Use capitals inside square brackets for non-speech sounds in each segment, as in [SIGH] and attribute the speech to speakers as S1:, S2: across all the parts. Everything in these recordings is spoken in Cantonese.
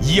S1: 以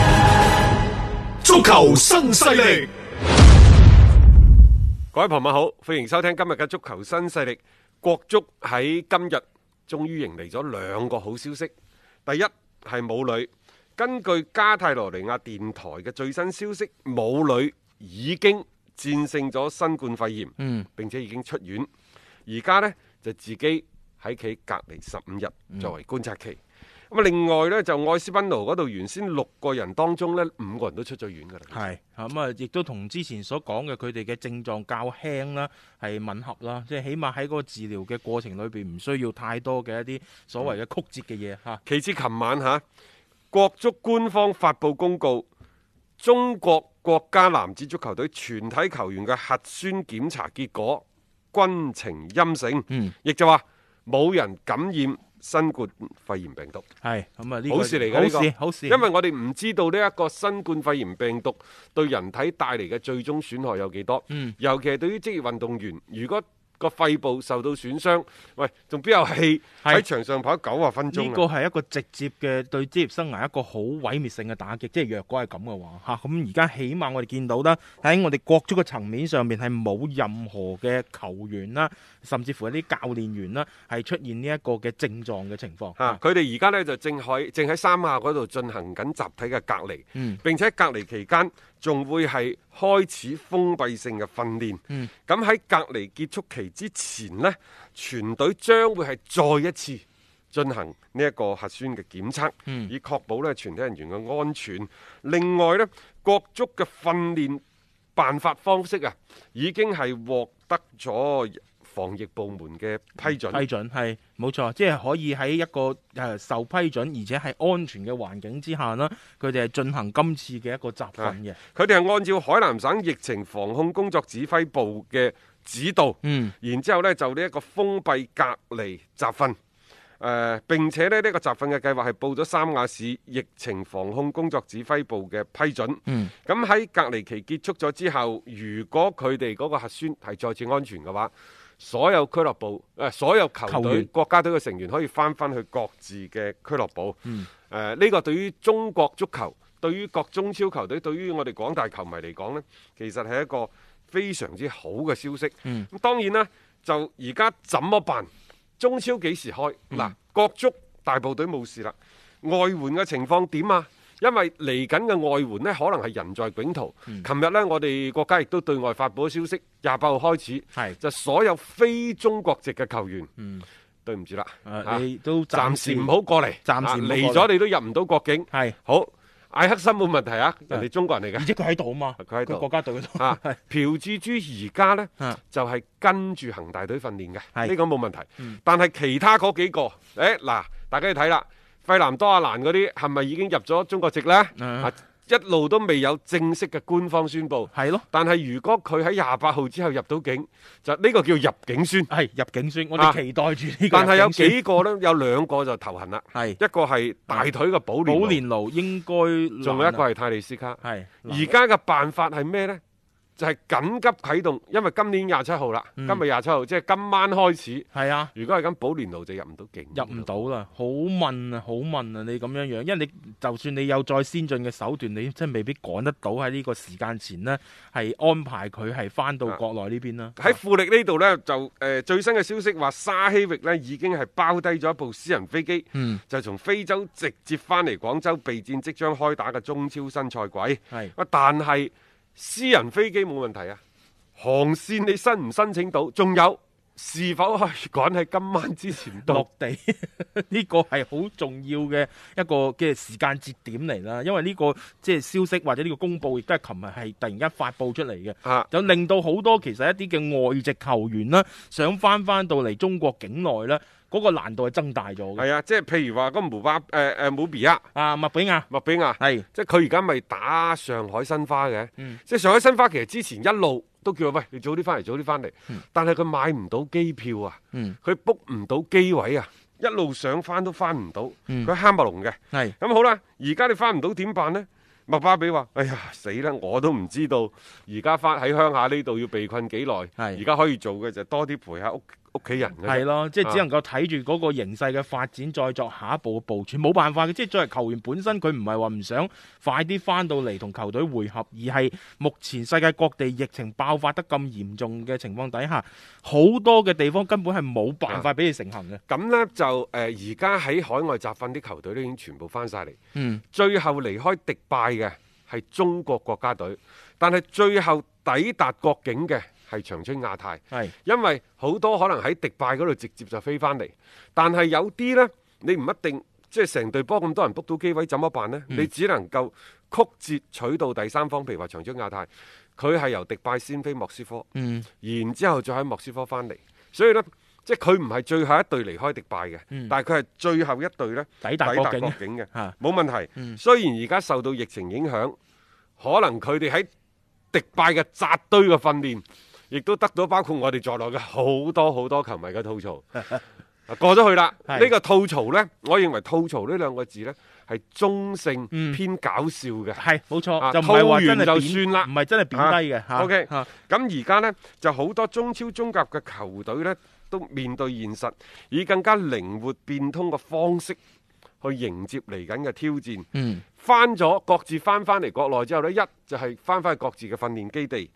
S1: 足球新勢力。
S2: 各位朋友好，歡迎收聽今日嘅足球新勢力。國足喺今日終於迎嚟咗兩個好消息。第一係武磊，根據加泰羅尼亞電台嘅最新消息，武磊已經戰勝咗新冠肺炎，嗯，並且已經出院。而家呢，就自己喺企隔離十五日作為觀察期。咁啊，另外呢，就愛斯賓奴嗰度原先六個人當中呢，五個人都出咗院㗎啦。
S3: 係咁啊，亦都同之前所講嘅佢哋嘅症狀較輕啦，係吻合啦，即係起碼喺嗰個治療嘅過程裏邊唔需要太多嘅一啲所謂嘅曲折嘅嘢嚇。
S2: 其次，琴晚嚇國足官方發布公告，中國國家男子足球隊全體球員嘅核酸檢查結果均呈陰性，
S3: 嗯，
S2: 亦就話冇人感染新冠肺炎病毒，
S3: 係咁啊，呢個
S2: 好事嚟
S3: 好
S2: 嘅呢
S3: 事
S2: 個，
S3: 好事，
S2: 因為我哋唔知道呢一個新冠肺炎病毒對人體帶嚟嘅最終損害有幾多，
S3: 嗯
S2: 尤其係對於職業運動員，如果個肺部受到損傷，喂，仲邊有氣
S3: 係
S2: 喺場上跑九啊分鐘
S3: 呢
S2: 啊
S3: 個係一個直接嘅對職業生涯一個好毀滅性嘅打擊，即係若果係咁嘅話嚇，咁而家起碼我哋見到啦，喺我哋國足嘅層面上面係冇任何嘅球員啦，甚至乎一啲教練員啦，係出現呢一個嘅症狀嘅情況
S2: 嚇，
S3: 嚇。
S2: 佢哋而家呢就正喺正喺三亞嗰度進行緊集體嘅隔離，
S3: 嗯
S2: 並且隔離期間仲會係開始封閉性嘅訓練。
S3: 嗯
S2: 咁喺隔離結束期之前呢，全隊將會係再一次進行呢一個核酸嘅檢測，
S3: 嗯
S2: 以確保呢全體人員嘅安全。另外呢，國足嘅訓練辦法方式啊，已經係獲得咗防疫部門嘅批准。
S3: 批准係冇錯，即係可以喺一個誒、呃受批准而且係安全嘅環境之下啦，佢哋係進行今次嘅一個集訓嘅。
S2: 啊佢哋係按照海南省疫情防控工作指揮部嘅指導，
S3: 嗯，
S2: 然之後呢，就呢一個封閉隔離集訓。誒、呃並且咧呢、呢個集訓嘅計劃係報咗三亞市疫情防控工作指揮部嘅批准。
S3: 嗯，
S2: 咁喺隔離期結束咗之後，如果佢哋嗰個核酸係再次安全嘅話，所有俱樂部誒、呃所有球
S3: 球
S2: 隊
S3: 員
S2: 國家隊嘅成員可以翻翻去各自嘅俱樂部。
S3: 嗯
S2: 誒呢、個對於中國足球、對於各中超球隊、對於我哋廣大球迷嚟講呢，其實係一個非常之好嘅消息。咁、
S3: 嗯
S2: 當然啦，就而家怎麼辦？中超幾時開？
S3: 嗯
S2: 嗱、國足大部隊冇事啦，外援嘅情況點啊？因為嚟緊嘅外援呢，可能係人在囧途。
S3: 嗯
S2: 琴日呢，我哋國家亦都對外發布咗消息，廿八號開始，
S3: 係
S2: 就所有非中國籍嘅球員，
S3: 嗯
S2: 對唔住啦，
S3: 誒、
S2: 啊
S3: 你都
S2: 暫
S3: 暫
S2: 時
S3: 時
S2: 唔好過嚟，
S3: 暫時唔好
S2: 啊嚟
S3: 過
S2: 咗你都入唔到國境。
S3: 係，
S2: 好，艾克森冇問題啊，人哋中國人嚟
S3: 而
S2: 嘅
S3: 且佢喺度啊嘛，
S2: 佢喺度
S3: 國家隊嗰度
S2: 啊
S3: [LAUGHS] 係。
S2: 朴志洙而家呢，
S3: 啊
S2: 就係跟住恒大隊訓練嘅，
S3: 係嗯
S2: 呢個冇問題。但係其他嗰幾個，誒嗱，大家要睇啦，費南多亞蘭嗰啲係咪已經入咗中國籍呢？
S3: 嗯
S2: 啊，一路都未有正式嘅官方宣佈。
S3: 係咯。
S2: 但係如果佢喺廿八號之後入到境，就呢個叫入境宣。
S3: 係入境宣，我
S2: 啊
S3: 哋期待住呢個
S2: 但係有
S3: 入境宣
S2: 幾個呢？有兩個就頭痕啦，
S3: 係
S2: 一個係大腿嘅保
S3: 保
S2: 連奴，
S3: 連奴應該啊
S2: 仲有一個係泰利斯卡。
S3: 係啊
S2: 而家嘅辦法係咩呢？就係、緊急啟動，因為今年廿七號啦，
S3: 嗯
S2: 今日廿七號，即係今晚開始。
S3: 係啊。
S2: 如果係咁，保連奴就入唔到境，
S3: 入唔。到啦，好問啊，好問啊！你咁樣樣，因為你就算你有再先進嘅手段，你真係未必趕得到喺呢個時間前呢，係安排佢係翻到國內呢邊啦。
S2: 啊喺富力呢度呢，就誒、呃最新嘅消息話，沙希域呢已經係包低咗一部私人飛機，
S3: 嗯
S2: 就從非洲直接翻嚟廣州備戰即將開打嘅中超新賽季。
S3: 係
S2: 喂但係私人飛機冇問題啊，航線你申唔申請到？仲有是否可以趕喺今晚之前到
S3: 落？地 [LAUGHS] 呢個係好重要嘅一個嘅時間節點嚟啦，因為呢個即係消息或者呢個公佈，亦都係琴日係突然間發布出嚟嘅，
S2: 啊
S3: 就令到好多其實一啲嘅外籍球員啦，想翻翻到嚟中國境內啦，嗰、個難度係增大咗嘅。
S2: 係啊，即係譬如話嗰個姆巴誒誒姆比亞、
S3: 啊，麥比亞
S2: 麥比亞，
S3: 係
S2: 即係佢而家咪打上海申花嘅。
S3: 嗯
S2: 即係上海申花其實之前一路都叫佢喂你早啲翻嚟，早啲翻嚟，但係佢買唔到機票啊，
S3: 嗯
S2: 佢 book 唔到機位啊，一路想翻都翻唔到，
S3: 嗯
S2: 佢慳白龍嘅。
S3: 係
S2: 咁好啦，而家你翻唔到點辦呢？麥巴比話：哎呀，死啦！我都唔知道，而家翻喺鄉下呢度要被困幾耐。而家可以做嘅就多啲陪下屋屋企人嘅啫。
S3: 係咯，即係只
S2: 啊
S3: 能夠睇住嗰個形勢嘅發展，再作下一步嘅部署，冇辦法嘅。即係作為球員本身，佢唔係話唔想快啲翻到嚟同球隊會合，而係目前世界各地疫情爆發得咁嚴重嘅情況底下，好多嘅地方根本係冇辦法俾你成行嘅。
S2: 咁呢，就誒，而家喺海外集訓啲球隊都已經全部翻晒嚟。
S3: 嗯，
S2: 最後離開迪拜嘅係中國國家隊，但係最後抵達國境嘅係長春亞泰。
S3: 嗯係
S2: 因為好多可能喺迪拜嗰度直接就飛翻嚟，但係有啲呢，你唔一定即係成隊波咁多人 book 到機位，怎麼辦
S3: 嗯
S2: 呢？你只能夠曲折取到第三方，譬如話長春亞泰，佢係由迪拜先飛莫斯科，
S3: 嗯
S2: 然之後再喺莫斯科翻嚟，所以呢，即係佢唔係最後一隊離開迪拜嘅，
S3: 嗯
S2: 但係佢係最後一隊呢，
S3: 抵達國境
S2: 國境嘅，
S3: 嚇
S2: 冇問題。
S3: 嗯
S2: 雖然而家受到疫情影響，可能佢哋喺迪拜嘅扎堆嘅訓練，亦都得到包括我哋在內嘅好多好多球迷嘅吐
S3: [LAUGHS]
S2: 槽。啊過咗去啦，
S3: 係
S2: 呢個吐槽呢，我認為吐槽呢兩個字呢，係中性
S3: 嗯
S2: 偏搞笑嘅。
S3: 係冇錯，
S2: 啊
S3: 就唔係話真係
S2: 套完就
S3: 貶
S2: 算啦
S3: 唔係真係貶低嘅嚇。
S2: 啊 OK
S3: 嚇
S2: 咁而家呢，就好多中超、中甲嘅球隊呢，都面對現實，以更加靈活變通嘅方式去迎接嚟緊嘅挑戰。
S3: 嗯
S2: 翻咗各自翻翻嚟國內之後呢，一就係翻翻去各自嘅訓練基地，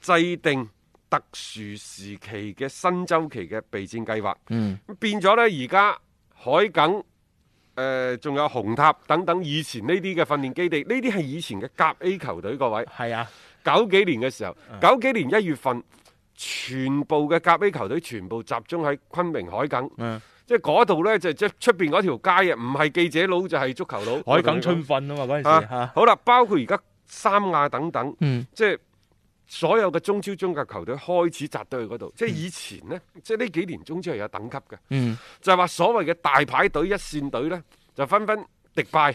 S2: 制定特殊時期嘅新周期嘅備戰計劃。
S3: 嗯
S2: 咁變咗呢，而家海埂。誒，仲、有紅塔等等，以前呢啲嘅訓練基地，呢啲係以前嘅甲 A 球隊，各位。
S3: 係啊，
S2: 九幾年嘅時候，九幾年一月份，全部嘅甲 A 球隊全部集中喺昆明海埂，
S3: 嗯
S2: 即係嗰度呢，就即係出邊嗰條街啊，唔係記者佬就係足球佬。
S3: 海埂春訓啊嘛嗰陣時
S2: 啊
S3: 嚇，
S2: 好啦，包括而家三亞等等，
S3: 嗯
S2: 即係所有嘅中超、中甲球隊開始扎堆去嗰度。即係以前呢，即係呢幾年中超係有等級嘅，
S3: 嗯
S2: 就係話所謂嘅大牌隊、一線隊呢，就紛紛迪
S3: [LAUGHS]
S2: 拜、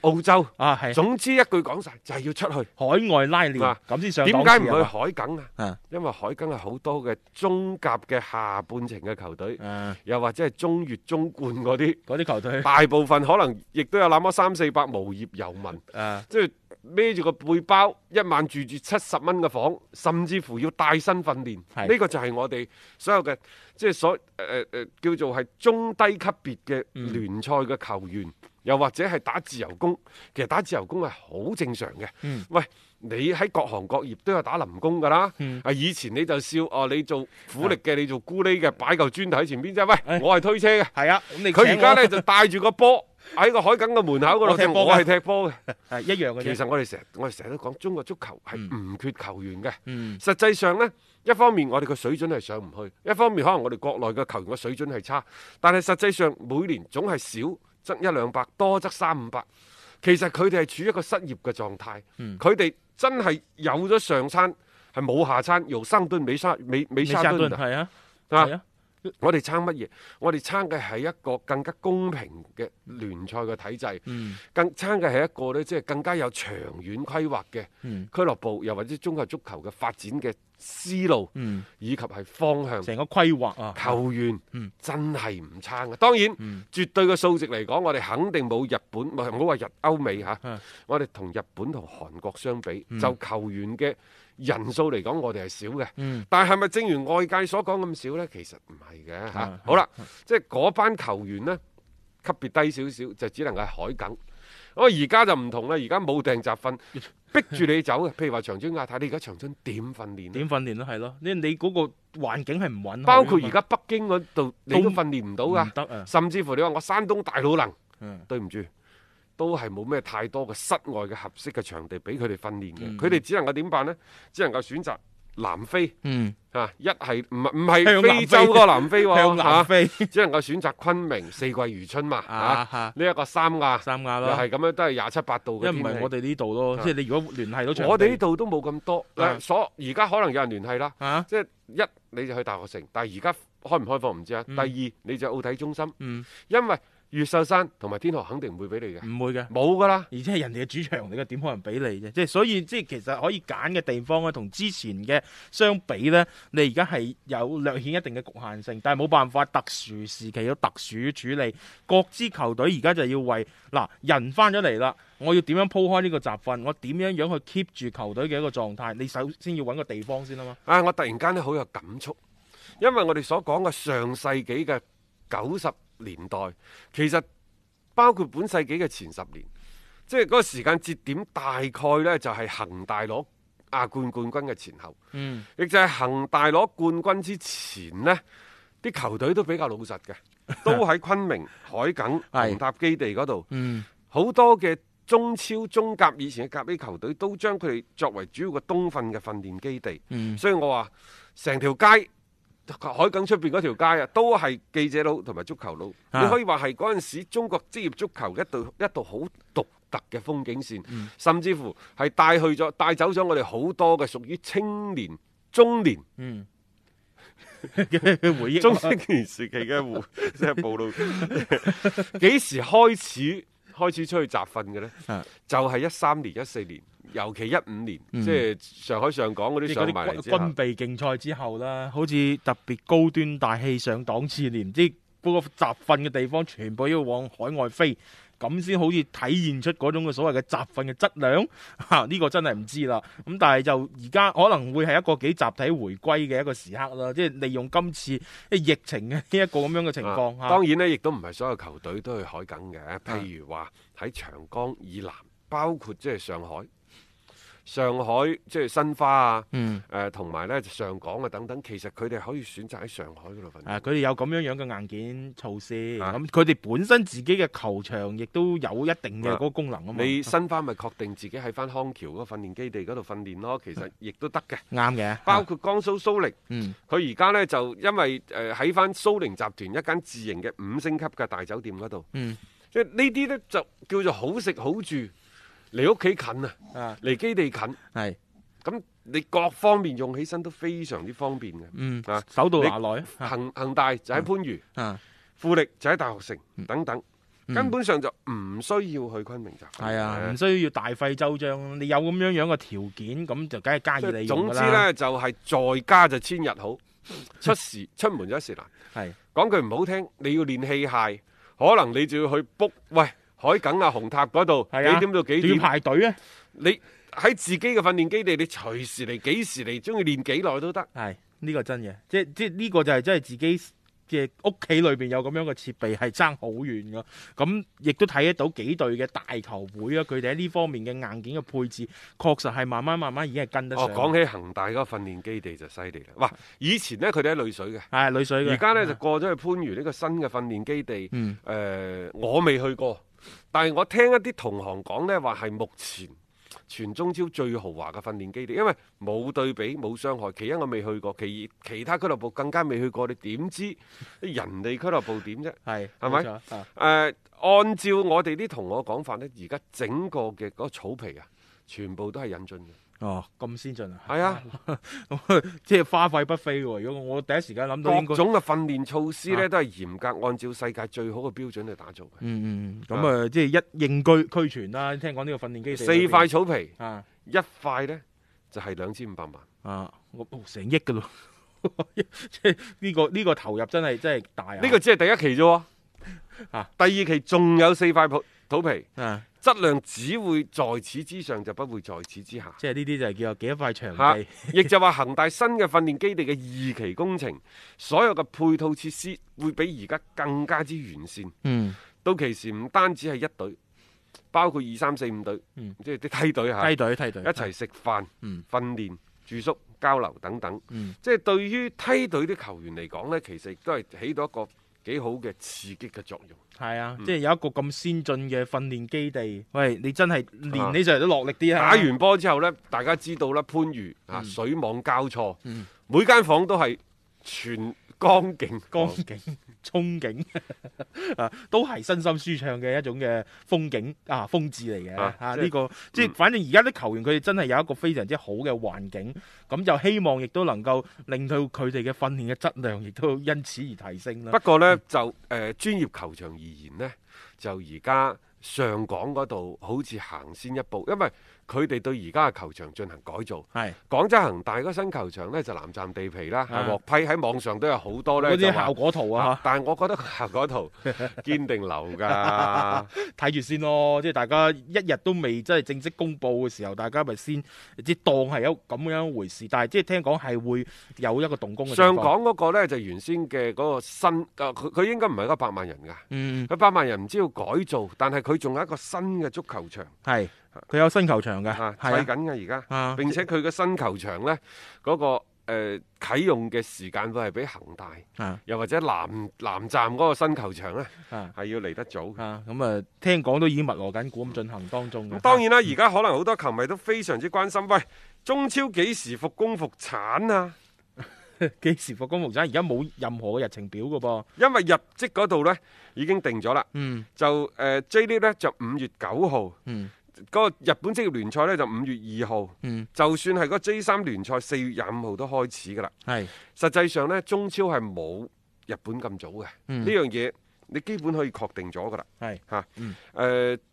S2: 澳洲，
S3: 啊係
S2: 總之一句講晒，就係要出去。
S3: 海外拉練
S2: 啊
S3: 咁先上
S2: 點
S3: 檔
S2: 解唔
S3: 次
S2: 去
S3: 啊
S2: 海埂啊？
S3: 嘛？
S2: 因為海埂係好多嘅中甲嘅下半程嘅球隊，
S3: 啊
S2: 又或者係中乙、中冠嗰啲，
S3: 嗰啲球 [LAUGHS] 隊
S2: 大部分可能亦都有那麼三四百無業遊民，
S3: 啊
S2: 即係孭住個背包，一晚住住七十蚊嘅房，甚至乎要帶薪訓練。
S3: 係
S2: 呢個就係我哋所有嘅即係所誒誒、呃呃叫做係中低級別嘅
S3: 嗯
S2: 聯賽嘅球員，又或者係打自由工。其實打自由工係好正常嘅。
S3: 嗯
S2: 喂，你喺各行各業都有打零工㗎啦。
S3: 嗯
S2: 啊，以前你就笑哦，你做苦力嘅，你做咕喱嘅，擺嚿磚頭喺前邊啫。喂
S3: 哎，
S2: 我係推車嘅。
S3: 係啊，咁你
S2: 佢而家呢，
S3: 咧
S2: 就帶住個波喺個海埂嘅門口嗰度，
S3: 我踢波㗎
S2: 我係踢波嘅。
S3: 係一樣嘅啫。
S2: 其實我哋成日我哋成日都講中國足球係唔缺球員嘅。
S3: 嗯
S2: 實際上呢，一方面我哋嘅水準係上唔去，一方面可能我哋國內嘅球員嘅水準係差，但係實際上每年總係少則一兩百，多則三五百。其實佢哋係處於一個失業嘅狀態，佢哋、真係有咗上餐係冇下餐，由生頓美沙美美
S3: 李
S2: 沙
S3: 沙
S2: 頓
S3: 頓
S2: 啊
S3: 係啊
S2: 啊
S3: 係啊
S2: 我哋撐乜嘢？我哋撐嘅係一個更加公平嘅聯賽嘅體制，
S3: 嗯
S2: 更撐嘅係一個呢，即係更加有長遠規劃嘅
S3: 嗯
S2: 俱樂部，又或者中國足球嘅發展嘅思路，
S3: 嗯，
S2: 以及係方向。
S3: 成個規劃啊，
S2: 球員
S3: 嗯
S2: 真係唔差嘅，當然、
S3: 嗯
S2: 絕對嘅數值嚟講，我哋肯定冇日本，唔係唔好話日歐美嚇，
S3: 嗯
S2: 我哋同日本同韓國相比，
S3: 嗯
S2: 就球員嘅人數嚟講，我哋係少嘅。
S3: 嗯
S2: 但係咪正如外界所講咁少呢？其實唔係嘅嚇。
S3: 啊
S2: 好啦，即係嗰班球員呢，級別低少少，就只能係海埂。我而家就唔同啦，而家冇訂集訓，逼住你走嘅。譬如話長春亞泰，你而家長春點訓練呢？
S3: 點訓練咯係咯，你你嗰個環境係唔穩，
S2: 包括而家北京嗰度，你都
S3: 啊都
S2: 訓練唔到
S3: 唔
S2: 㗎。
S3: 得啊，
S2: 甚至乎你話我山東大魯能，
S3: 嗯
S2: 對唔住，都係冇咩太多嘅室外嘅合適嘅場地俾佢哋訓練嘅。
S3: 嗯
S2: 佢哋、只能夠點辦呢？只能夠選擇南非
S3: 嗯，
S2: 啊，一係唔係唔係
S3: [LAUGHS] 向南
S2: 非洲嗰個南非喎、
S3: [LAUGHS]
S2: 啊
S3: 向南非
S2: 只能夠選擇昆明四季如春嘛，
S3: 啊
S2: 啊
S3: 啊
S2: 呢一個三亞，
S3: 三亞
S2: 又
S3: 咯，
S2: 係咁樣，都係廿七八度
S3: 因
S2: 嘅
S3: 為
S2: 天
S3: 唔係
S2: 氣
S3: 我。哋呢度咯，
S2: 啊
S3: 即係你如果聯繫到場地，
S2: 我哋呢度都冇咁多，
S3: 啊
S2: 嗱所而家可能有人聯繫啦，
S3: 啊，
S2: 即係一你就去大學城，但係而家開唔開放唔知啊。
S3: 嗯
S2: 第二你就奧體中心，
S3: 嗯，
S2: 因為越秀山同埋天河肯定唔會俾你嘅，
S3: 唔會嘅。
S2: 冇㗎啦。
S3: 而且係人哋嘅主場嚟嘅，點可能俾你啫？即係所以，即係其實可以揀嘅地方咧，啊同之前嘅相比咧，你而家係有略顯一定嘅局限性，但係冇辦法，特殊時期有特殊處理。各支球隊而家就要為嗱人翻咗嚟啦，我要點樣鋪開呢個集訓？我點樣樣去 keep 住球隊嘅一個狀態？你首先要揾個地方先啊嘛。
S2: 啊！我突然間咧好有感觸，因為我哋所講嘅上世紀嘅九十年代，其實包括本世紀嘅前十年，即係嗰個時間節點大概呢就係恒大攞亞冠冠軍嘅前後，
S3: 嗯，
S2: 亦就係恒大攞冠軍之前呢啲球隊都比較老實
S3: [LAUGHS]
S2: 嘅，都喺昆明、海埂、
S3: 係
S2: 紅塔基地嗰度。
S3: 嗯，
S2: 好多嘅中超、中甲以前嘅甲 A 球隊都將佢哋作為主要嘅冬訓嘅訓練基地。
S3: 嗯
S2: 所以我話成條街。海港出邊嗰條街啊，都係記者佬同埋足球佬，
S3: 啊
S2: 你可以話係嗰陣時中國職業足球一道一道好獨特嘅風景線，
S3: 嗯
S2: 甚至乎係帶去咗帶走咗我哋好多嘅屬於青年、中年、
S3: 嗯
S2: [LAUGHS]
S3: 回憶
S2: 中青年時期嘅胡， [LAUGHS] 即係暴露。幾時開始開始出去集訓嘅呢
S3: 啊？
S2: 就係一三年、一四年，尤其一五年，
S3: 嗯
S2: 即係上海上港嗰啲
S3: 即係
S2: 上
S3: 嗰
S2: 埋
S3: 啲軍
S2: 嚟之後
S3: 軍，備競賽之後啦，好似特別高端大氣上檔次，連啲嗰個集訓嘅地方全部要往海外飛，咁先好似體現出嗰種嘅所謂嘅集訓嘅質量。 [LAUGHS] 嚇、呢、個真係唔知啦。咁但係就而家可能會係一個幾集體回歸嘅一個時刻啦，即係利用今次即係疫情嘅呢一個咁樣嘅情況啊嚇。
S2: 啊當然呢，亦都唔係所有球隊都去海埂嘅，譬如話喺長江以南，包括即係上海、上海即係申花啊。
S3: 嗯。
S2: 誒同埋呢，就上港啊等等，其實佢哋可以選擇喺上海嗰度訓練
S3: 啊！佢哋有咁樣樣嘅硬件措施，
S2: 啊
S3: 咁佢哋本身自己嘅球場亦都有一定嘅
S2: 啊
S3: 嗰個功能啊嘛。
S2: 你申花咪確定自己喺翻康橋嗰個訓練基地嗰度訓練咯，其實亦都得嘅。
S3: 啱嘅，
S2: 包
S3: 啊
S2: 括江蘇蘇寧，
S3: 嗯
S2: 佢而家呢就因為誒喺翻蘇寧集團一間自營嘅五星級嘅大酒店嗰度，
S3: 嗯
S2: 即係呢啲呢就叫做好食好住，離屋企近啊，
S3: 啊
S2: 離基地近，
S3: 係。
S2: 咁你各方面用起身都非常之方便嘅。
S3: 嗯
S2: 啊，
S3: 手到
S2: 你
S3: 拿來啊
S2: 恒恒大就喺番禺，
S3: 啊，
S2: 富力就喺大學城等等，
S3: 嗯
S2: 根本上就唔需要去昆明集訓
S3: 係啊，
S2: 嘅
S3: 唔需要大費周章，你有咁樣樣嘅條件，咁就梗係加以
S2: 即
S3: 利
S2: 係
S3: 用
S2: 總
S3: 㗎
S2: 之
S3: 啦。
S2: 呢，就係、在家就千日好，
S3: [LAUGHS]
S2: 出時出門就一時難。
S3: 係
S2: 講句唔好聽，你要練器械，可能你就要去 book 喂海埂啊、紅塔嗰度
S3: 係啊
S2: 幾點到幾
S3: 仲要
S2: 點？
S3: 排隊啊？
S2: 你喺自己嘅訓練基地，你隨時嚟，幾時嚟，中意練幾耐都得。
S3: 係呢個真嘅，即即呢個就係真係自己嘅屋企裏邊有咁樣嘅設備係爭好遠㗎。咁亦都睇得到幾隊嘅大球會啊，佢哋喺呢方面嘅硬件嘅配置，確實係慢慢慢慢已經係跟得上。
S2: 哦，講起恒大嗰個訓練基地就犀利啦！哇，以前呢，佢哋喺淚水嘅，
S3: 係女水嘅，
S2: 而家呢，就過咗去番禺呢個新嘅訓練基地。誒、
S3: 嗯
S2: 我未去過，但係我聽一啲同行講呢，話係目前全中超最豪華嘅訓練基地，因為冇對比冇傷害。其一我未去過，其二其他俱樂部更加未去過，你點知人哋俱樂部點啫？誒、
S3: 係
S2: 係咪
S3: 冇錯啊
S2: 按照我哋啲同我講法呢，而家整個嘅嗰個草皮啊，全部都係引進嘅，
S3: 哦，咁先進啊！
S2: 係啊。
S3: [LAUGHS] 即係花費不菲喎。如果我第一時間諗到應該
S2: 各，種嘅訓練措施
S3: 啊
S2: 呢，都係嚴格按照世界最好嘅標準去打造嘅。
S3: 嗯嗯，咁啊，即係一應俱俱全啦。聽講呢個訓練基地
S2: 四
S3: 裏邊
S2: 塊草皮，
S3: 啊
S2: 一塊呢就係兩千五百萬。
S3: 啊，我哦成億噶咯， [LAUGHS] 即係呢個呢個投入真係真係大啊！
S2: 呢個只係第一期
S3: [LAUGHS]
S2: 啫喎
S3: 啊，
S2: 第二期仲有四塊土土皮，
S3: 啊，
S2: 質量只會在此之上，就不會在此之下。
S3: 即係呢啲就係叫做幾多塊場
S2: 嚇
S3: 地，
S2: 亦就話恒大新嘅訓練基地嘅二期工程，所有嘅配套設施會比而家更加之完善。
S3: 嗯，
S2: 到其時唔單止係一隊，包括二三四五隊，
S3: 嗯
S2: 即係啲梯隊嚇。
S3: 梯隊梯隊
S2: 一齊，食飯、
S3: 嗯
S2: 訓練、住宿、交流等等。
S3: 嗯
S2: 即係對於梯隊啲球員嚟講呢，其實亦都係起到一個幾好嘅刺激嘅作用。
S3: 係啊，
S2: 嗯
S3: 即係有一個咁先進嘅訓練基地，喂，你真係練起上嚟都落力啲啊！嗯
S2: 打完波之後呢，大家知道啦，番禺啊水網交錯，每間房都係全江景
S3: 光景、憧憬 [LAUGHS] 啊，都係身心舒暢嘅一種嘅風景啊風致嚟嘅
S2: 啊
S3: 啊！
S2: 即
S3: 呢
S2: 係
S3: 個即係反正而家啲球員佢哋真係有一個非常之好嘅環境，咁就希望亦都能夠令到佢哋嘅訓練嘅質量亦都因此而提
S2: [LAUGHS]
S3: 升
S2: 不
S3: 啦。
S2: 過呢，就誒、呃、專業球場而言呢，就而家上港嗰度好似行先一步，因為佢哋對而家嘅球場進行改造。
S3: 係
S2: 廣州恒大嗰新球場呢，就南站地皮啦，
S3: 啊
S2: 係獲批喺網上都有好多呢
S3: 嗰
S2: 就
S3: 啲
S2: 話
S3: 效果圖啊，
S2: 但係我覺得效果
S3: [LAUGHS]
S2: 圖堅定流㗎。
S3: 睇住先咯。即係大家一日都未真係正式公佈嘅時候，大家咪先即係當係有咁樣一回事。但係即係聽講係會有一個動工嘅情況
S2: 上港嗰個呢，就原先嘅嗰個新，啊佢佢應該唔係嗰百萬人㗎。
S3: 嗯
S2: 佢百萬人唔知要改造，但係佢仲有一個新嘅足球場
S3: 係佢有新球場嘅
S2: 啊，砌
S3: 係啊
S2: 緊嘅而家。
S3: 啊
S2: 並且佢嘅新球場呢，嗰、個誒、呃、啟用嘅時間會係比恒大，
S3: 啊
S2: 又或者南南站嗰個新球場呢，
S3: 啊
S2: 係要嚟得早嘅。
S3: 啊！咁啊，聽講都已經密鑼緊鼓咁進行當中嘅。
S2: 咁當然啦，而家可能好多球迷都非常之關心，喂，中超幾時復工復產啊？
S3: 啊 [LAUGHS] 幾時復工復產？而家冇任何嘅日程表嘅噃。
S2: 因為入職嗰度呢已經定咗啦，
S3: 嗯
S2: 就誒、呃 J League 呢，就五月九號，
S3: 嗯
S2: 嗰個日本職業聯賽呢，就五月二號，
S3: 嗯，
S2: 就算係嗰個 J 三聯賽四月廿五號都開始㗎啦。
S3: 係
S2: 實際上呢，中超係冇日本咁早嘅，呢、
S3: 嗯
S2: 樣嘢你基本可以確定咗㗎啦。
S3: 係
S2: 嚇，誒、呃
S3: 嗯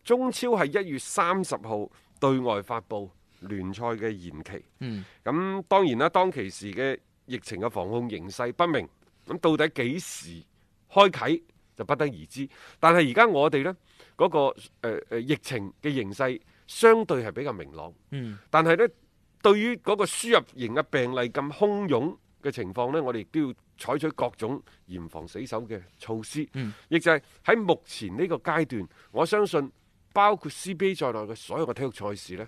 S2: 中超係一月三十號對外發布聯賽嘅延期。
S3: 嗯
S2: 咁當然啦，當其時嘅疫情嘅防控形勢不明，咁到底幾時開啓就不得而知。但係而家我哋呢嗰、個誒、呃疫情嘅形勢相對係比較明朗，
S3: 嗯
S2: 但係呢，對於嗰個輸入型嘅病例咁洶湧嘅情況呢，我哋亦都要採取各種嚴防死守嘅措施。
S3: 嗯
S2: 亦就係喺目前呢個階段，我相信包括 CBA 在內嘅所有嘅體育賽事呢，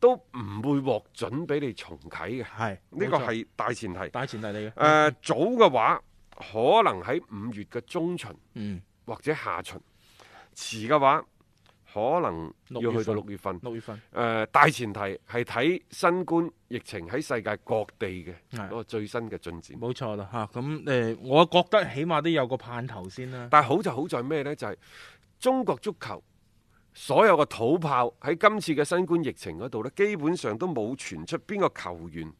S2: 都唔會獲准俾你重啟嘅。
S3: 係啊
S2: 呢個
S3: 冇錯
S2: 係大前提。誒、
S3: 大前提嚟嘅。
S2: 呃早嘅話，可能喺五月嘅中旬
S3: 嗯，
S2: 或者下旬；遲嘅話，可能要去到
S3: 六
S2: 六月份。誒、呃
S3: 六月份
S2: 大前提係睇新冠疫情喺世界各地嘅嗰個最新嘅進展。
S3: 冇錯啦嚇。咁誒，我覺得起碼都有個盼頭先啦。
S2: 但係好就好在咩呢？就係、中國足球所有嘅土炮喺今次嘅新冠疫情嗰度呢，基本上都冇傳出邊個球員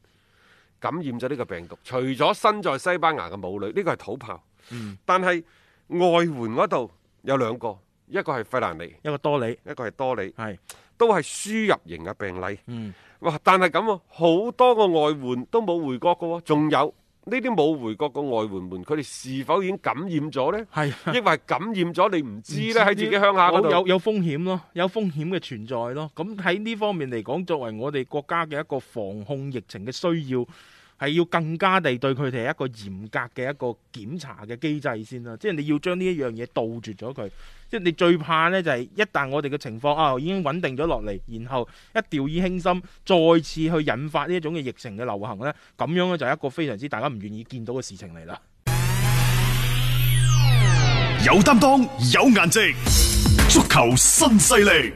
S2: 感染咗呢個病毒，除咗身在西班牙嘅母女，呢、個係土炮。
S3: 嗯
S2: 但係外援嗰度有兩個，一個係費蘭尼，
S3: 一個多利
S2: 一個係多里，
S3: 係
S2: 都係輸入型嘅病例。
S3: 嗯
S2: 哇！但係咁喎，好多個外援都冇回國嘅喎，仲有呢啲冇回國嘅外援們，佢哋是否已經感染咗呢？
S3: 係啊
S2: 抑或係感染咗你唔知
S3: 唔
S2: 咧
S3: 知
S2: 喺自己鄉下嗰
S3: 有有
S2: 度。
S3: 有風險咯，有風險嘅存在咯。咁喺呢方面嚟講，作為我哋國家嘅一個防控疫情嘅需要，係要更加地對佢哋一個嚴格嘅一個檢查嘅機制先啦。即係你要將呢一樣嘢杜絕咗佢。即係你最怕呢，就係一旦我哋嘅情況啊已經穩定咗落嚟，然後一掉以輕心，再次去引發呢一種嘅疫情嘅流行呢，咁樣咧就係一個非常之大家唔願意見到嘅事情嚟啦。
S1: 有擔當，有顏值，足球新勢力。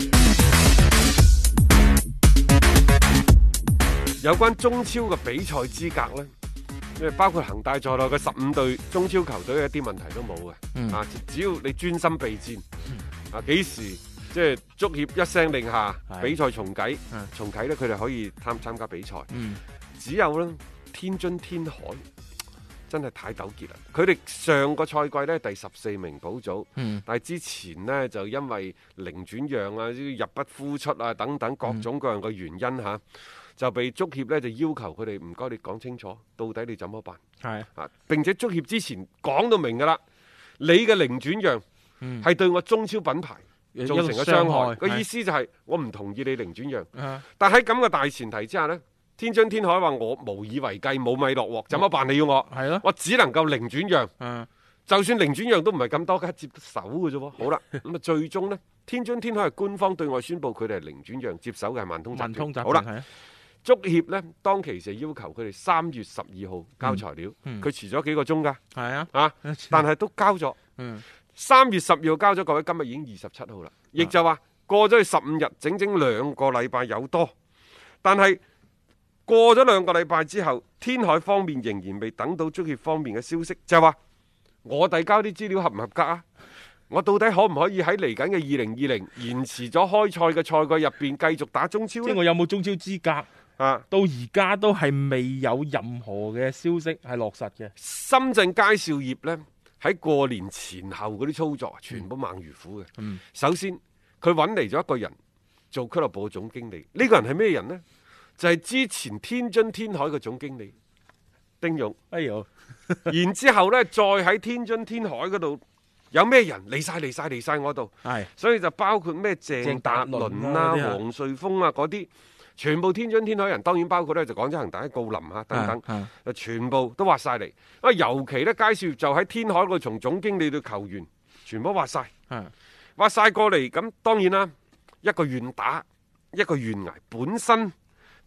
S2: 有關中超嘅比賽資格呢，因為包括恒大在內嘅十五隊中超球隊一啲問題都冇嘅。
S3: 嗯
S2: 啊，只要你專心備戰，啊幾時即係足協一聲令下，
S3: 係
S2: 比賽重啟
S3: 嗯，
S2: 重啟呢，佢哋可以參參加比賽。
S3: 嗯，
S2: 只有呢，天津天海真係太糾結啦！佢哋上個賽季呢，第十四名保組，
S3: 嗯
S2: 但係之前呢，就因為零轉讓啊、入不敷出啊等等
S3: 嗯
S2: 各種各樣嘅原因嚇、就被足協呢就要求佢哋唔該你講清楚，到底你怎麼辦
S3: 係
S2: 啊？並且足協之前講到明㗎啦，你嘅零轉讓
S3: 嗯
S2: 係對我中超品牌
S3: 有
S2: 造成嘅
S3: 一個傷
S2: 傷
S3: 害
S2: 害，個
S3: 係
S2: 意思就係我唔同意你零轉讓。
S3: 啊
S2: 但喺咁嘅大前提之下呢，天津天海話我無以為繼，冇米落鑊，怎麼辦？你要我，
S3: 係咯
S2: 我只能夠零轉讓，
S3: 嗯。
S2: 就算零轉讓都唔係咁多，梗係接手嘅啫喎。好啦，咁啊最終呢，天津天海係官方對外宣布佢哋係零轉讓，接手嘅係萬通集團。
S3: 民通集團
S2: 嗯好啦，
S3: 係啊
S2: 足協呢，當其時要求佢哋三月十二號交材料，佢、
S3: 嗯嗯
S2: 遲咗幾個鐘㗎，
S3: 係啊， [LAUGHS]
S2: 啊，但係都交咗。
S3: 嗯啊
S2: 三月十二號交咗，各位今日已經二十七號啦，亦就話過咗去十五日，整整兩個禮拜有多。但係過咗兩個禮拜之後，天海方面仍然未等到足協方面嘅消息，就係話我遞交啲資料合唔合格啊？我到底可唔可以喺嚟緊嘅二零二零延遲咗開賽嘅賽季入邊繼續打中超
S3: 即係
S2: 呢？
S3: 我有冇中超資格？
S2: 啊！
S3: 到而家都係未有任何嘅消息係落實嘅。
S2: 深圳佳兆業呢，喺過年前後嗰啲操作全部猛如虎嘅。
S3: 嗯
S2: 首先，佢揾嚟咗一個人做俱樂部嘅總經理，呢、個人係咩人呢？就係、之前天津天海嘅總經理丁勇。
S3: 哎呦，
S2: 然之後呢，再喺天津天海嗰度有咩人嚟晒嚟晒嚟晒我度，
S3: 係
S2: 所以就包括咩
S3: 鄭
S2: 鄭
S3: 達
S2: 達
S3: 倫
S2: 倫啦、
S3: 啊嗰啲啊
S2: 黃瑞峰啊嗰啲，全部天津天海人，當然包括呢就廣州恒大、郜林啊等等。
S3: 係
S2: 就全部都挖晒嚟。啊，尤其呢，佳兆業就喺天海嗰度，從總經理到球員，全部挖晒，
S3: 係
S2: 挖晒過嚟。咁當然啦，一個願打，一個願捱，本身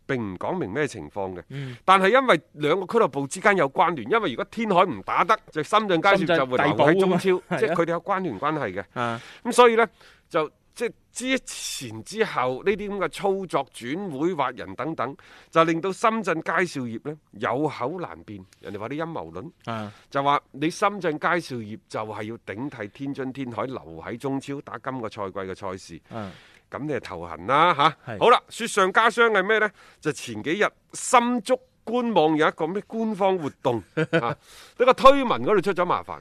S2: 並唔講明咩情況嘅。
S3: 嗯
S2: 但係因為兩個俱樂部之間有關聯，因為如果天海唔打得，就深圳佳兆
S3: 深
S2: 業
S3: 圳
S2: 就會
S3: 遞
S2: 留
S3: 補啊
S2: 喺中
S3: 嘛
S2: 超，即
S3: 係
S2: 係
S3: 啊
S2: 佢哋有關聯關係嘅。
S3: 啊
S2: 咁所以呢，就即係之前之後呢啲咁嘅操作轉會挖人等等，就令到深圳佳兆業呢有口難辯。人哋話啲陰謀論，
S3: 啊
S2: 就話你深圳佳兆業就係要頂替天津天海留喺中超打今個賽季嘅賽事，
S3: 啊
S2: 咁你就頭痕啦吓，
S3: 係
S2: 好啦，雪上加霜係咩呢？就前幾日深足官網有一個咩官方活
S3: [LAUGHS]
S2: 動啊，呢個推文嗰度出咗麻煩。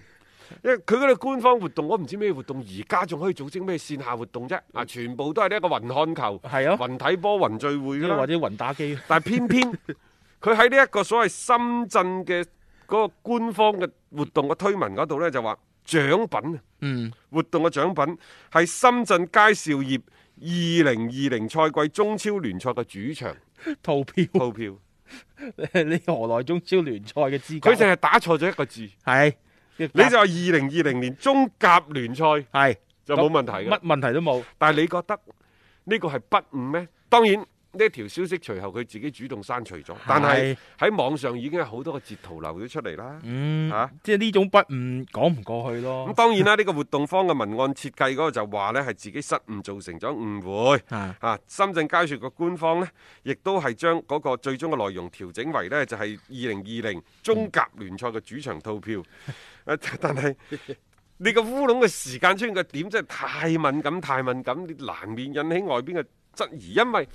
S2: 因為佢嗰度官方活動，我唔知咩活動，而家仲可以組織咩線下活動啫？啊，全部都係呢一個雲看球、
S3: 嗯係啊，
S2: 雲睇波、雲聚會㗎啦
S3: 或者雲打機 [LAUGHS]
S2: 但係偏偏佢喺呢一個所謂深圳嘅嗰個官方嘅活動嘅推文嗰度呢，就話獎品啊
S3: 嗯
S2: 活動嘅獎品係深圳佳兆業二零二零賽季中超聯賽嘅主場
S3: 套票，
S2: [LAUGHS] 套票，
S3: 你何來中超聯賽嘅資格？
S2: 佢淨係打錯咗一個字，
S3: 係
S2: 你就話二零二零年中甲聯賽
S3: 係
S2: 就冇問題
S3: 乜
S2: 嘅，
S3: 問題都冇。
S2: 但係你覺得呢個係不誤咩？當然。呢一條消息隨後佢自己主動刪除咗，但係喺網上已經有好多個截圖流咗出嚟啦。
S3: 嗯，
S2: 啊
S3: 即係呢種不誤講唔過去咯。
S2: 咁當然啦，呢個活動方嘅文案設計嗰個就話呢係自己失誤造成咗誤會。
S3: 啊
S2: 啊，深圳佳兆業嘅官方呢，亦都係將嗰個最終嘅內容調整為呢，就係二零二零中甲聯賽嘅主場套
S3: [LAUGHS]
S2: 票。啊但係你個烏龍嘅時間出現嘅點真係太敏感，太敏感，你難免引起外邊嘅質疑，因為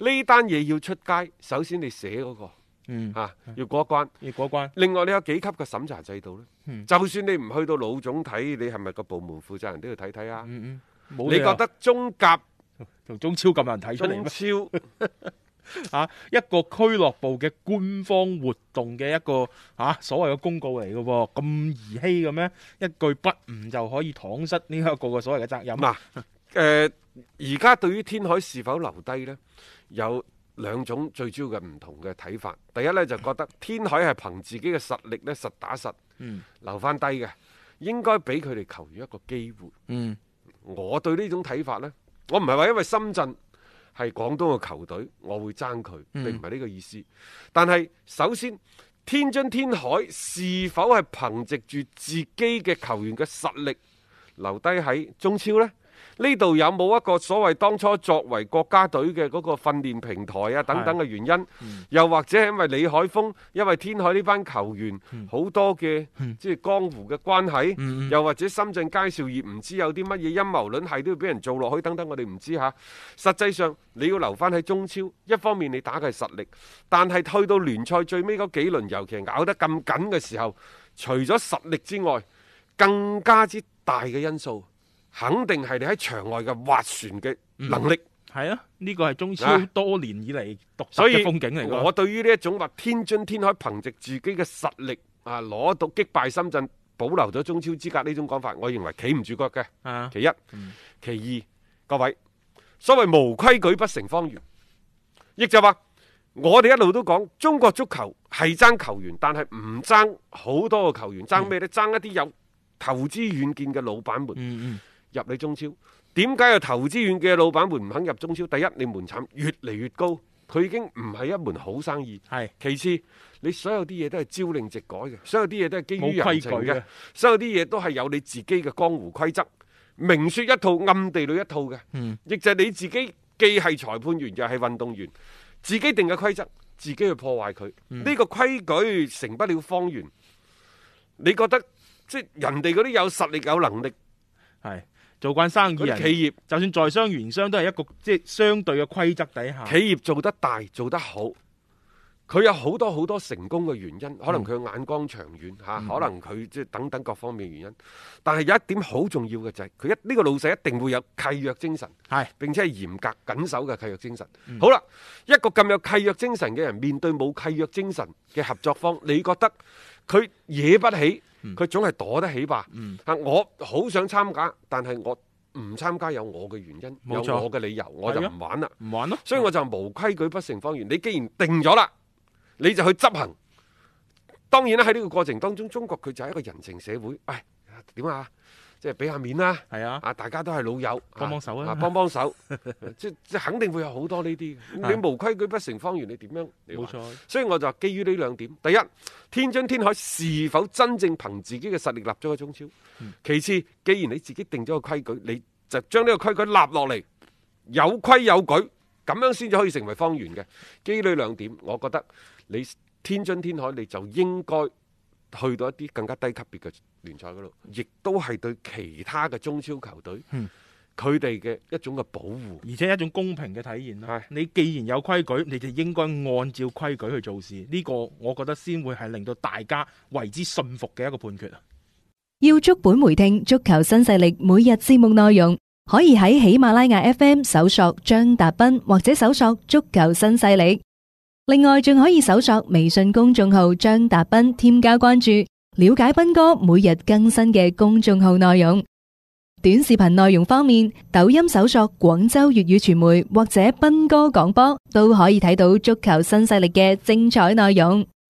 S2: 呢單嘢要出街，首先你寫嗰、個
S3: 嗯，
S2: 啊要過一關。
S3: 要過關
S2: 另外，你有幾級嘅審查制度呢？
S3: 嗯
S2: 就算你唔去到老總睇，你係咪個部門負責人都要睇睇啊？
S3: 嗯嗯，冇
S2: 你
S3: 理由
S2: 覺得中甲、
S3: 同中超咁難睇出嚟
S2: 中
S3: 咩？
S2: 超？
S3: 啊，一個俱樂部嘅官方活動嘅一個啊所謂嘅公告嚟嘅喎，咁兒戲嘅咩？一句不誤就可以搪塞呢一個嘅所謂嘅責任。
S2: 嗱，誒而家對於天海是否留低呢，有兩種最主要嘅唔同嘅睇法。第一呢，就覺得天海係憑自己嘅實力呢，實打實
S3: 嗯
S2: 留翻低嘅，應該俾佢哋球員一個機會。
S3: 嗯
S2: 我對呢種睇法呢，我唔係話因為深圳係廣東嘅球隊，我會爭佢，
S3: 嗯
S2: 並唔係呢個意思。但係首先，天津天海是否係憑藉住自己嘅球員嘅實力留低喺中超呢？呢度有冇一個所謂當初作為國家隊嘅嗰個訓練平台啊等等嘅原因？又或者係因為李海峰，因為天海呢班球員好多嘅即係江湖嘅關係，又或者深圳佳兆業唔知有啲乜嘢陰謀論係都要俾人做落去等等，我哋唔知嚇。實際上你要留翻喺中超，一方面你打嘅係實力，但係去到聯賽最尾嗰幾輪，尤其係咬得咁緊嘅時候，除咗實力之外，更加之大嘅因素，肯定係你喺場外嘅划船嘅能力。
S3: 係啊，呢個係中超
S2: 啊
S3: 多年以嚟獨特
S2: 所以
S3: 嘅風景嚟㗎。
S2: 我對於呢一種話天津天海憑藉自己嘅實力啊，攞到擊敗深圳，保留咗中超資格呢種講法，我認為企唔住腳嘅。
S3: 啊，
S2: 其一，其二，各位所謂無規矩不成方圓，亦就話我哋一路都講中國足球係爭球員，但係唔爭好多個球員，爭咩呢？爭一啲有投資遠見嘅老闆們。
S3: 嗯
S2: 入你中超。點解有投資遠嘅老闆們唔肯入中超？第一，你門檻越嚟越高，
S3: 嗯
S2: 佢已經唔係一門好生意。
S3: 係
S2: 其次，你所有啲嘢都係朝令夕改嘅，所有啲嘢都係基於
S3: 冇規
S2: 人情
S3: 矩
S2: 嘅
S3: 嘅，
S2: 所有啲嘢都係有你自己嘅江湖規則，明説一套，暗地裏一套嘅。
S3: 嗯
S2: 亦就係你自己既係裁判員又係運動員，自己定嘅規則，自己去破壞佢。呢、
S3: 嗯
S2: 個規矩成不了方圓。你覺得即係人哋嗰啲有實力有能力
S3: 係做慣生意
S2: 嗰啲
S3: 人，
S2: 企業，
S3: 就算在商言商都係一個即係相對嘅規則底下。
S2: 企業做得大做得好，佢有好多好多成功嘅原因，
S3: 嗯
S2: 可能佢眼光長遠嚇、可能佢即係等等各方面嘅原因。但係有一點好重要嘅就係、佢一呢、個老細一定會有契約精神，
S3: 係嗯
S2: 並且係嚴格緊守嘅契約精神。好啦，一個咁有契約精神嘅人，面對冇契約精神嘅合作方，你覺得佢惹不起，
S3: 嗯
S2: 佢總係躲得起吧？嚇、我好想參加，但係我唔參加有我嘅原因，有
S3: 冇錯
S2: 我嘅理由，我就
S3: 係啊
S2: 唔玩啦。
S3: 唔玩咯，
S2: 所以我就無規矩不成方圓。你既然定咗啦，你就去執行。當然啦，喺呢個過程當中，中國佢就係一個人情社會。喂，點啊？即係俾下面啦。
S3: 係啊，
S2: 啊！大家都係老友，
S3: 幫幫手啊
S2: 幫幫
S3: [LAUGHS]
S2: 手，即即肯定會有好多呢啲嘅。
S3: 係
S2: 你無規矩不成方圓，你點樣？你話
S3: 啊冇錯。
S2: 所以我就話基於呢兩點，第一，天津天海是否真正憑自己嘅實力立咗個中超？
S3: 嗯
S2: 其次，既然你自己定咗個規矩，你就將呢個規矩立落嚟，有規有矩，咁樣先至可以成為方圓嘅。基於呢兩點，我覺得你天津天海你就應該去到一啲更加低級別嘅聯賽嗰度，亦都係對其他嘅中超球隊
S3: 嗯
S2: 佢哋嘅一種嘅保護。
S3: 而且一種公平嘅體現啦
S2: 係。
S3: 你既然有規矩，你就應該按照規矩去做事。呢、個我覺得先會係令到大家為之信服嘅一個判決啊！
S4: 要足本回聽足球新勢力每日節目內容，可以喺喜馬拉雅 FM 搜索張達斌或者搜索足球新勢力。另外，仲可以搜索微信公眾號張達斌，添加關注，了解斌哥每日更新嘅公眾號內容。短視頻內容方面，抖音搜索廣州粵語傳媒或者斌哥廣播，都可以睇到足球新勢力嘅精彩內容。